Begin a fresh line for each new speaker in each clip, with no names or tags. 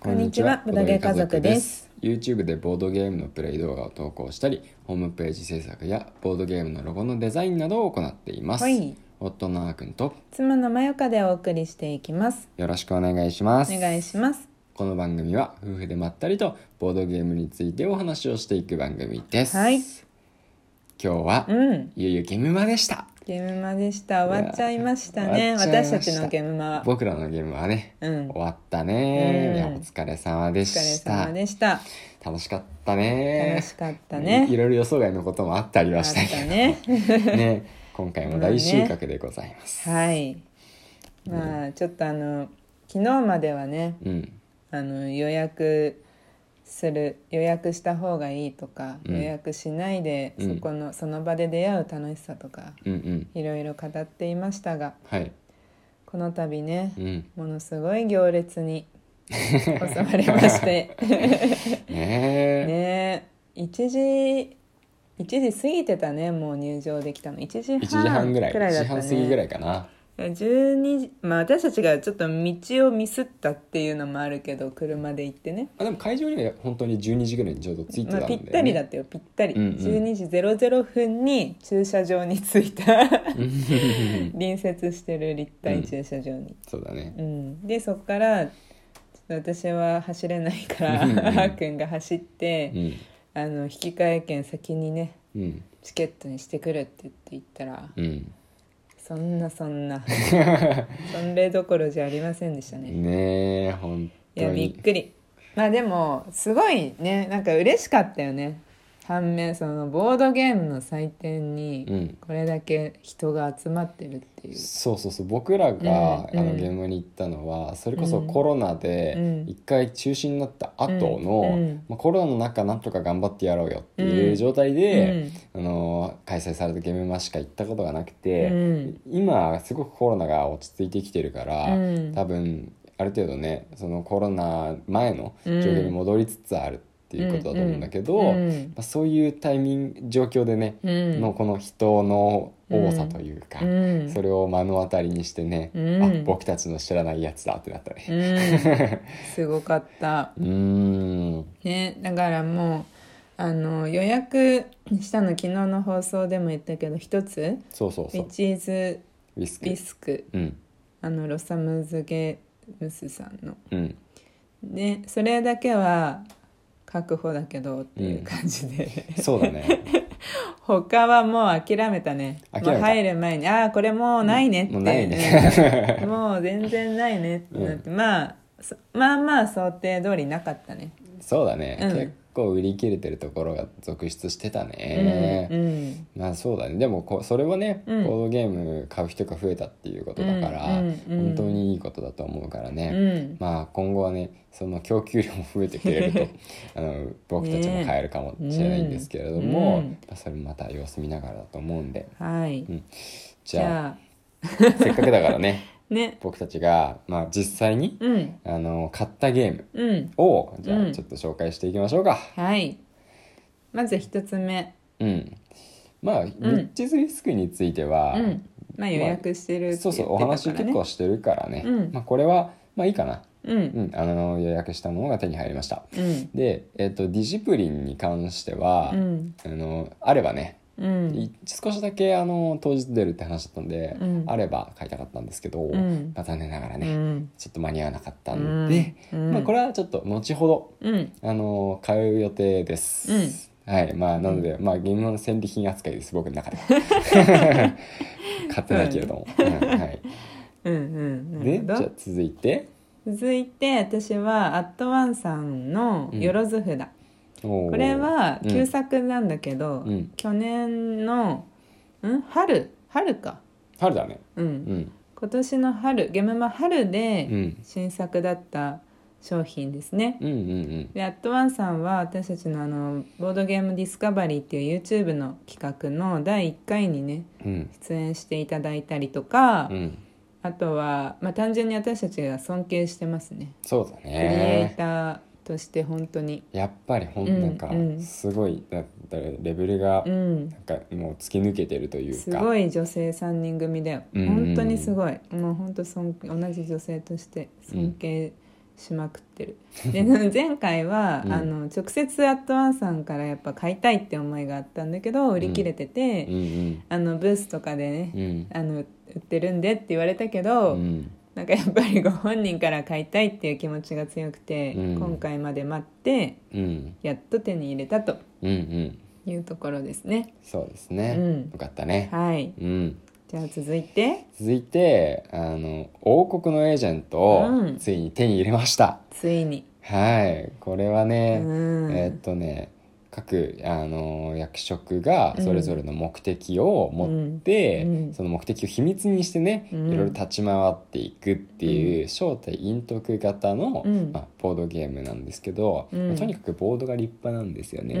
こんにちはボドゲ家族です
YouTube でボードゲームのプレイ動画を投稿したりホームページ制作やボードゲームのロゴのデザインなどを行っています、
はい
夫のあーくんと
妻のまよかでお送りしていきます
よろしくお願いします
お願いします
この番組は夫婦でまったりとボードゲームについてお話をしていく番組です、
はい
今日は、
うん
ゆうゆゲムマでした
ゲームマでした終わっちゃいました
い
ね
や終わっ
私
ちゃい
た
ました
ちのゲームマは
僕らのゲームはね、
うんお
終わったね、
うん
いやお疲れ様で
疲れ
した
様でした
楽しかったね
楽しかったね
いいろいろ予想外のこともあったり
あ
は
っ
したたけど
ね
ね今回も大収穫でございます、
はいまあちょっとあの昨日まではね
うん
あの予約する予約した方がいいとか、
うん
予約しないで、
うん
そこのその場で出会う楽しさとか
うんうん
いろいろ語っていましたが
はい
この度ね
う、ん
ものすごい行列 に襲われまして
ねえ
ねえ1時1時過ぎてたねもう入場できたの1時半
1時半ぐらい
くらいだ
1時
った
半
ね
過ぎぐらいかな
12時まあ私たちがちょっと道をミスったっていうのもあるけど車で行ってね
あでも会場には本当に12時ぐらいにちょうど着いてたん
ま
で、
あ、
ね
ぴったりだったよぴったり、
うんうん
12時00分に駐車場に着 いた隣接してる立体駐車場に、
そうだね
うんでそこからちょっと私は走れないからあ
うんうん
ーくんが走
う
って、
ん
あの引き換え券先にね
うん
チケットにしてくるって言って行ったら、
うん
そんなそんなそれどころじゃありませんでしたね
ねえ本
い
当
やび
に
っくりまあでもすごいねなんか嬉しかったよね反面そのボードゲームの祭典
う
に
ん
これだけ人が集まってるっていう、
そうそうそう僕らが、
うん
あ
う
の
ん
現場に行ったのはそれこそ
うん
コロナで
うん
一回中止になった後の、
うんうん
まあ、コロナの中なんとか頑張ってやろうよっていう状態で、あの開催されたゲームマしか行ったことがなく
うん
て、
うん
今すごくコロナが落ち着いてきてるから、
うん
多分ある程度ねそのコロナ前の状況に戻りつつあるっていうことだと思うんだけど、
うん
まあ、そういうタイミング状況でね、
うん
のこの人の多さというか、
うん
それを目の当たりにしてね、
うん
あ僕たちの知らないやつだってなったね。
うんすごかった
うーん
ねだからもうあの予約したの昨日の放送でも言ったけど一つ
そうそう
ウ
そう
ィチーズ
ウィスキ
ビ
ー。
スク
うん
あのロサムズゲムスさんの
うん
ねそれだけは確保だけどっていう感じで、
そうだね。
他はもう諦めたね
諦めた
もう入る前にああこれもうないねって、
もうないね。
うんもう全然ないねってなって、まあそまあまあ想定通りなかったね、
そうだね、
うん
結構売り切れてるところが続出してたね、
うんうん
まあそうだねでもこそれはね、
うん
ボードゲーム買う人が増えたっていうことだから、
うんうんうん
本当にいいことだと思うからね、
うん
まあ今後はねその供給量も増えてくれると あの僕たちも買えるかもしれないんですけれども、
ねうん
まあ、それもまた様子見ながらだと思うんで
はい
じ
じ
ゃあ
ゃあ
せっかくだからね
ね
僕たちが、まあ、実際に、
うん
あの買ったゲーム
うん
をじ
う
ゃあ
ん
ちょっと紹介していきましょうか。
はいまず一つ目
うん、まあ、リッチズリスクについては、
うんまあ予約してるって言って
そ
た
うそう
か
お
ら、ね、
話結構してるからね、
うん
まあ、これはまあいいかな、
うん
うん、あの予約したものが手に入りました
うん
で、えっとディジプリンに関しては、
うん
あのあればね、
うん
い少しだけあの当日出るって話だったんで、
うん
あれば買いたかったんですけど、
ん
まあ、残念ながら
う
ね、
ん
ちょっと間に合わなかったんで、
うん
まあ、これはちょっと後ほど
うん
あの買う予定です、
うん
はいまあなので、まあゲームの戦利品扱いです僕の中では 買ってないけれども、うんはい、
うんうんなる
で
ほ
じ
ど
ゃあ続いて
続いて私はアットワンさんの「よろず札」
こ
これは
うん
旧作なんだけど、
うん
去年のん春春か
春だね
うん、
うん
今年の春ゲムマ春
う
で
ん
新作だった商品ですね、
うんうん
でアットワンさんは私たちのあのボードゲームディスカバリーっていう YouTube の企画の第1回にね
うんうん
出演していただいたりとか、
うん
あとは、まあ、単純に私たちが尊敬してますね
そうだ
クリエイ
ね
ターとして本当に
やっぱりほ
うん
んなんか
うん
すごいだだレベルが
うん
なんかもう突き抜けてるというか
すごい女性3人組だよ
うん
本当にすごいもう本当尊敬同じ女性として尊敬しまくってるで前回は、
うん
あの直接アットワンさんからやっぱ買いたいって思いがあったんだけど売り切れてて、
うん
あのブースとかでね
うん、うん
あの売ってるんでって言われたけど、
うん
なんかやっぱりご本人から買いたいっていう気持ちが強くて、
うん
今回まで待って
うん
やっと手に入れたと
うんうん
いうところですね
そうですね、
うん
よかったね、
はい
うん
じゃあ続いて
続いてあの王国のエージェントを
うん
ついに手に入れました、
ついに
はいこれは
う
ね、
ん
えーっとね各あの役職がそれぞれの目的を持って、
うんうん
その目的を秘密にしてね、
うん
いろいろ立ち回っていくっていう正体陰徳型の、
うん
まあ、ボードゲームなんですけど、
うん
まあとにかくボードが立派なんですよね。
う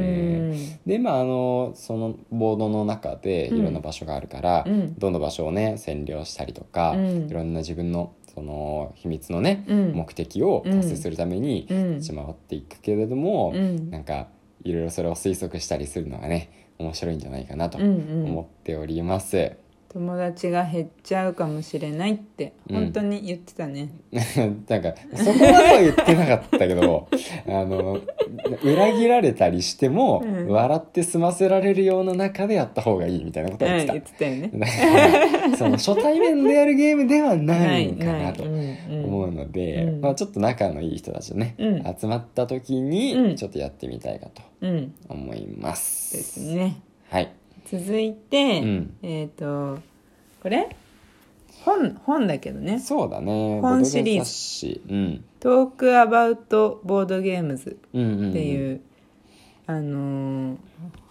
ん
でまああのそのボードの中で
うん
いろんな場所があるから、
うん
どの場所をね占領したりとか、
うん
いろんな自分のその秘密のね、
うん
目的を達成するために
うん
立ち回っていくけれども、
うん
なんかいろいろそれを推測したりするのがね面白いんじゃないかなと
うんうん
思っております。
友達が減っちゃうかもしれないって
うん
本当に言ってたね、
なんかそこまでは言ってなかったけど あの裏切られたりしても、
うん
笑って済ませられるような中でやった方がいいみたいなこ
う
と
ん
は言ってた。
言ってたよね
だから その初対面でやるゲームではないのかなと思
思
うので、
うん
まあ、ちょっと仲のいい人たちね、
うん
集まった時
うん
にちょっとやってみたいかと
うん、うん、
思います。
ですね
はい、
続いて、
うん
えっ、とこれ本本だけどね
そうだね
本シ
ボドゲ
リーズ
雑誌うん
「トークアバウトボードゲームズ」
うんうんうん、
っていう、あのー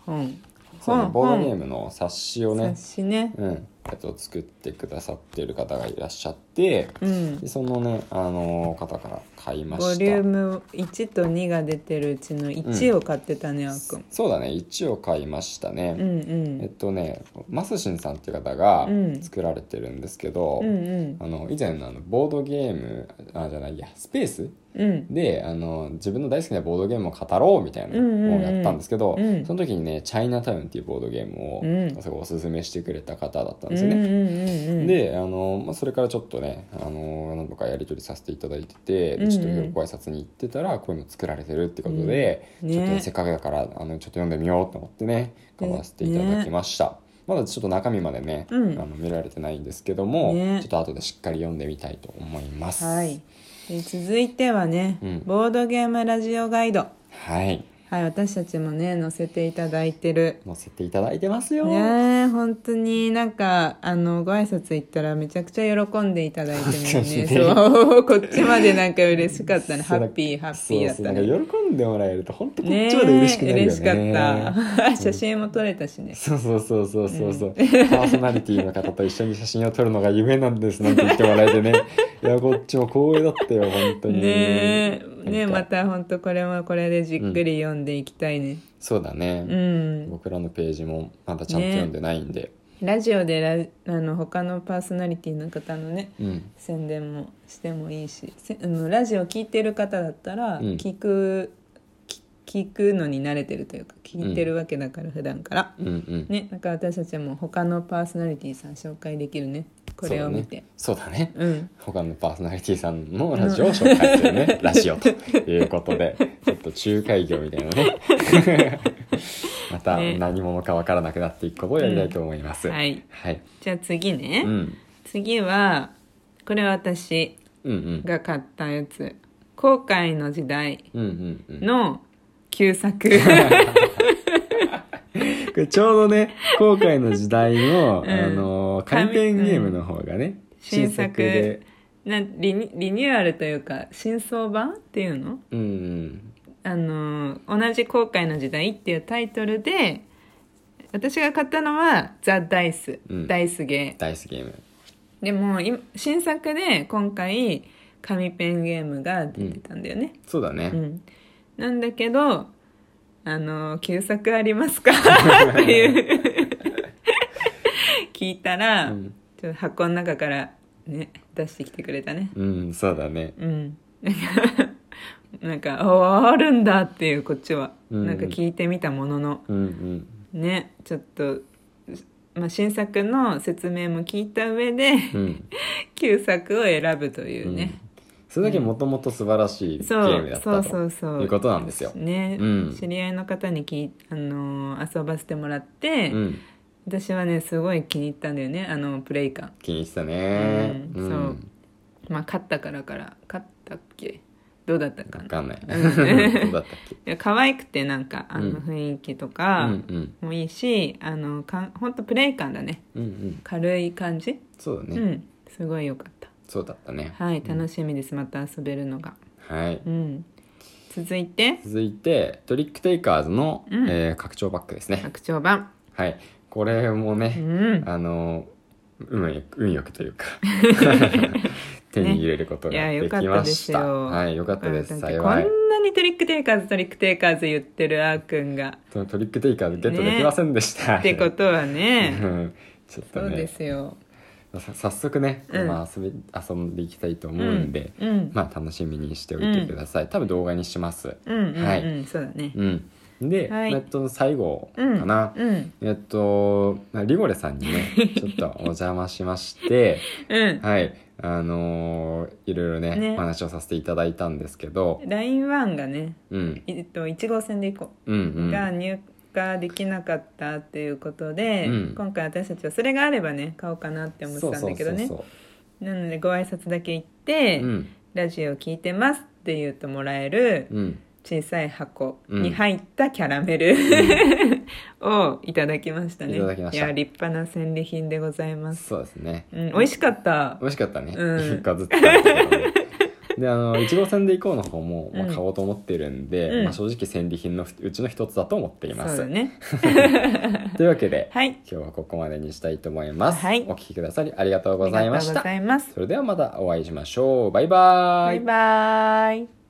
本
そうね
本
ボードゲームの冊子を
本
ね
冊、子ね
うん、えっと作ってくださってる方がいらっしゃって
うん
でそのね、あの方から買いました
ボリューム1と2が出てるうちの1を買ってたね、あーくん
そうだね1を買いましたね、
うん
えっとねマスシンさんっていう方が
うん
作られてるんですけど、
うんうん
あの以前のあのボードゲームあじゃないいやスペース
うん
であの自分の大好きなボードゲームを語ろうみたいな
うんうんうん
のをやったんですけど、
うん
その時にね「チャイナタウン」っていうボードゲームを、
うん
すごいおすすめしてくれた方だったん
うん
です
う
よ
ん
ね。
うんうん
であの、まあ、それからちょっとねあの何度かやり取りさせていただいてて
うん
で
うん
ちょっとご挨拶に行ってたらこういうの作られてるってことで、
うんね
ちょっとねせっかくだからあのちょっと読んでみようと思ってね買わせていただきました、まだちょっと中身までね、
うん
あの見られてないんですけども、
ね
ちょっと後でしっかり読んでみたいと思います
はいで続いてはね、
うん
ボードゲームラジオガイド
はい
はい私たちもね載せていただいてる
載せていただいてますよ、
ねえ本当になんかあのご挨拶行ったらめちゃくちゃ喜んでいただいてる
本当に
ね
ね
そうこっちまでなんか嬉しかったねハ
そう
ッピーハッピーだった
そう
ね
なんか喜んでもらえると本当こ
ね
っちまで嬉しくなるよね
嬉しかった 写真も撮れたしね
そうそうそうそうそうそう、パーソナリティの方と一緒に写真を撮るのが夢なんですなんて言ってもらえて ねいやこっちも光栄だったよ本当に
ねえねえ
なん
ま
か
た本当これはこれでじっくり読んでいきたいね
そうだね、
うん、
僕らのページもまだちゃんと読んでないんで、
ラジオでラあの他のパーソナリティの方のね
うん
宣伝もしてもいいしせあのラジオ聞いてる方だったら
うん
聞く、き聞くのに慣れてるというか聞いてるわけだから、普段から
うんうん
ねだから私たちも他のパーソナリティさん紹介できるねこれを見て
そうだねそうだね
う,、ん
他のパーソナリティさんのラジオを紹介するね、ラジオということ でちょっと仲介業みたいなねまた
ね
何者か分からなくなっていくことをやりたいと思います、
うんはい
はい、
じゃあ次ね、
うん、
次はこれは私
うんうん
が買ったやつ「後悔の時代
うんうんうん」
の 旧作
これちょうどね、後悔の時代の、
うん
あのー、回転ゲームの方がね、
新
新
作
作で、
なリニリニューアルというか新装版っていうの
うんうん、
あの同じ「後悔の時代」っていうタイトルで私が買ったのは「ザ・ダイス」
うん
ダイスゲ
ダイスゲーム。
ーでも今新作で今回紙ペンゲームが出てたんだよね、
そうだね。
うんなんだけどあの旧作ありますか っていう 聞いたら、
うん
ちょっと箱の中からね出してきてくれたね
うん、そうだね。
うん、 なんかああるんだっていうこっちは、
うん
なんか聞いてみたものの
うんうん。
ねちょっと、まあ、新 作の説明も聞いた上で、
うん、
旧作を選ぶというね、
それだけもともと素晴らしいゲ
そう
ームだったと、
そうそうそう
いうことなんですよ。
ね、
うん
知り合いの方にき、あのー遊ばせてもらって、
うん、
私はねすごい気に入ったんだよねあのプレイ感
気にしたね、
うんまあ勝ったからから勝ったっけどうだったか
分
な
かんない どうだったっけ
いや可愛くてなんかあ
うん
の雰囲気と
う
か
んうん
もいいし、あのかんほんとプレイ感だね
うんうん
軽い感じ、
そうだ
う
ね、
んすごい良かった
そうだったね
はい楽
し
しみですまた遊べるのが
はい
うん続いて
続いてトリックテイカーズの、
うん
えー拡張バッグですね
白鳥版
はいこれも
う
ね、
ん
あの運よく運よくという か手に入れることが
ねいや
で
よかっ
き
た
ま
で
し
す
た
よ
はいよかったです
あだってこん
幸い
なにトリックテイカーズトリックテイカーズ言ってるあーくんが
トトリックテイカーズゲットできませんでした、
ってことはね
うんちょっと
そう
ね
ですよ
さ早速ね、
うん
まあ、遊び遊んでいきたいと思うんで、
うんうん
まあ楽しみにしておいてください、多分動画にします
うんうんうん、
はい
そうだね
うんで、
はい
えっと最後かな、
うん
えっとまあリゴレさんに ねちょっとお邪魔しまして
うん
はいあのーいろいろね
ね
お話をさせていただいたんですけど、
ラインワンがね
うん、
えっと1号線で行こ
うん
う、
うん
が入荷できなかったっていうことで、
うん
今回私たちはそれがあればね買おうかなって思ってたんだけどね
そうそう
なのでご挨拶だけ行っ
そう
て、
そううん
ラジオ聞いてますって言うともらえる
うん
小さい箱に入ったキャラメル、 をいただきましたね
いただきました
や立派な戦利品でございます、
そうですね
うん、美味しかった
美味しかったね、
うん
一個ずつ食べたけどねであの1号線で行こうの方も、まあ、
うん
買おうと思ってるんで、
うん
まあ、正直戦利品のうちの一つだと思っていま
そう
す、
だね
というわけで、
はい
今日はここまでにしたいと思います、
はい
お聞きくださりありがとうございまし
ありがと
た
うございます
それではまたお会いしましょうバイバイ
バイバイ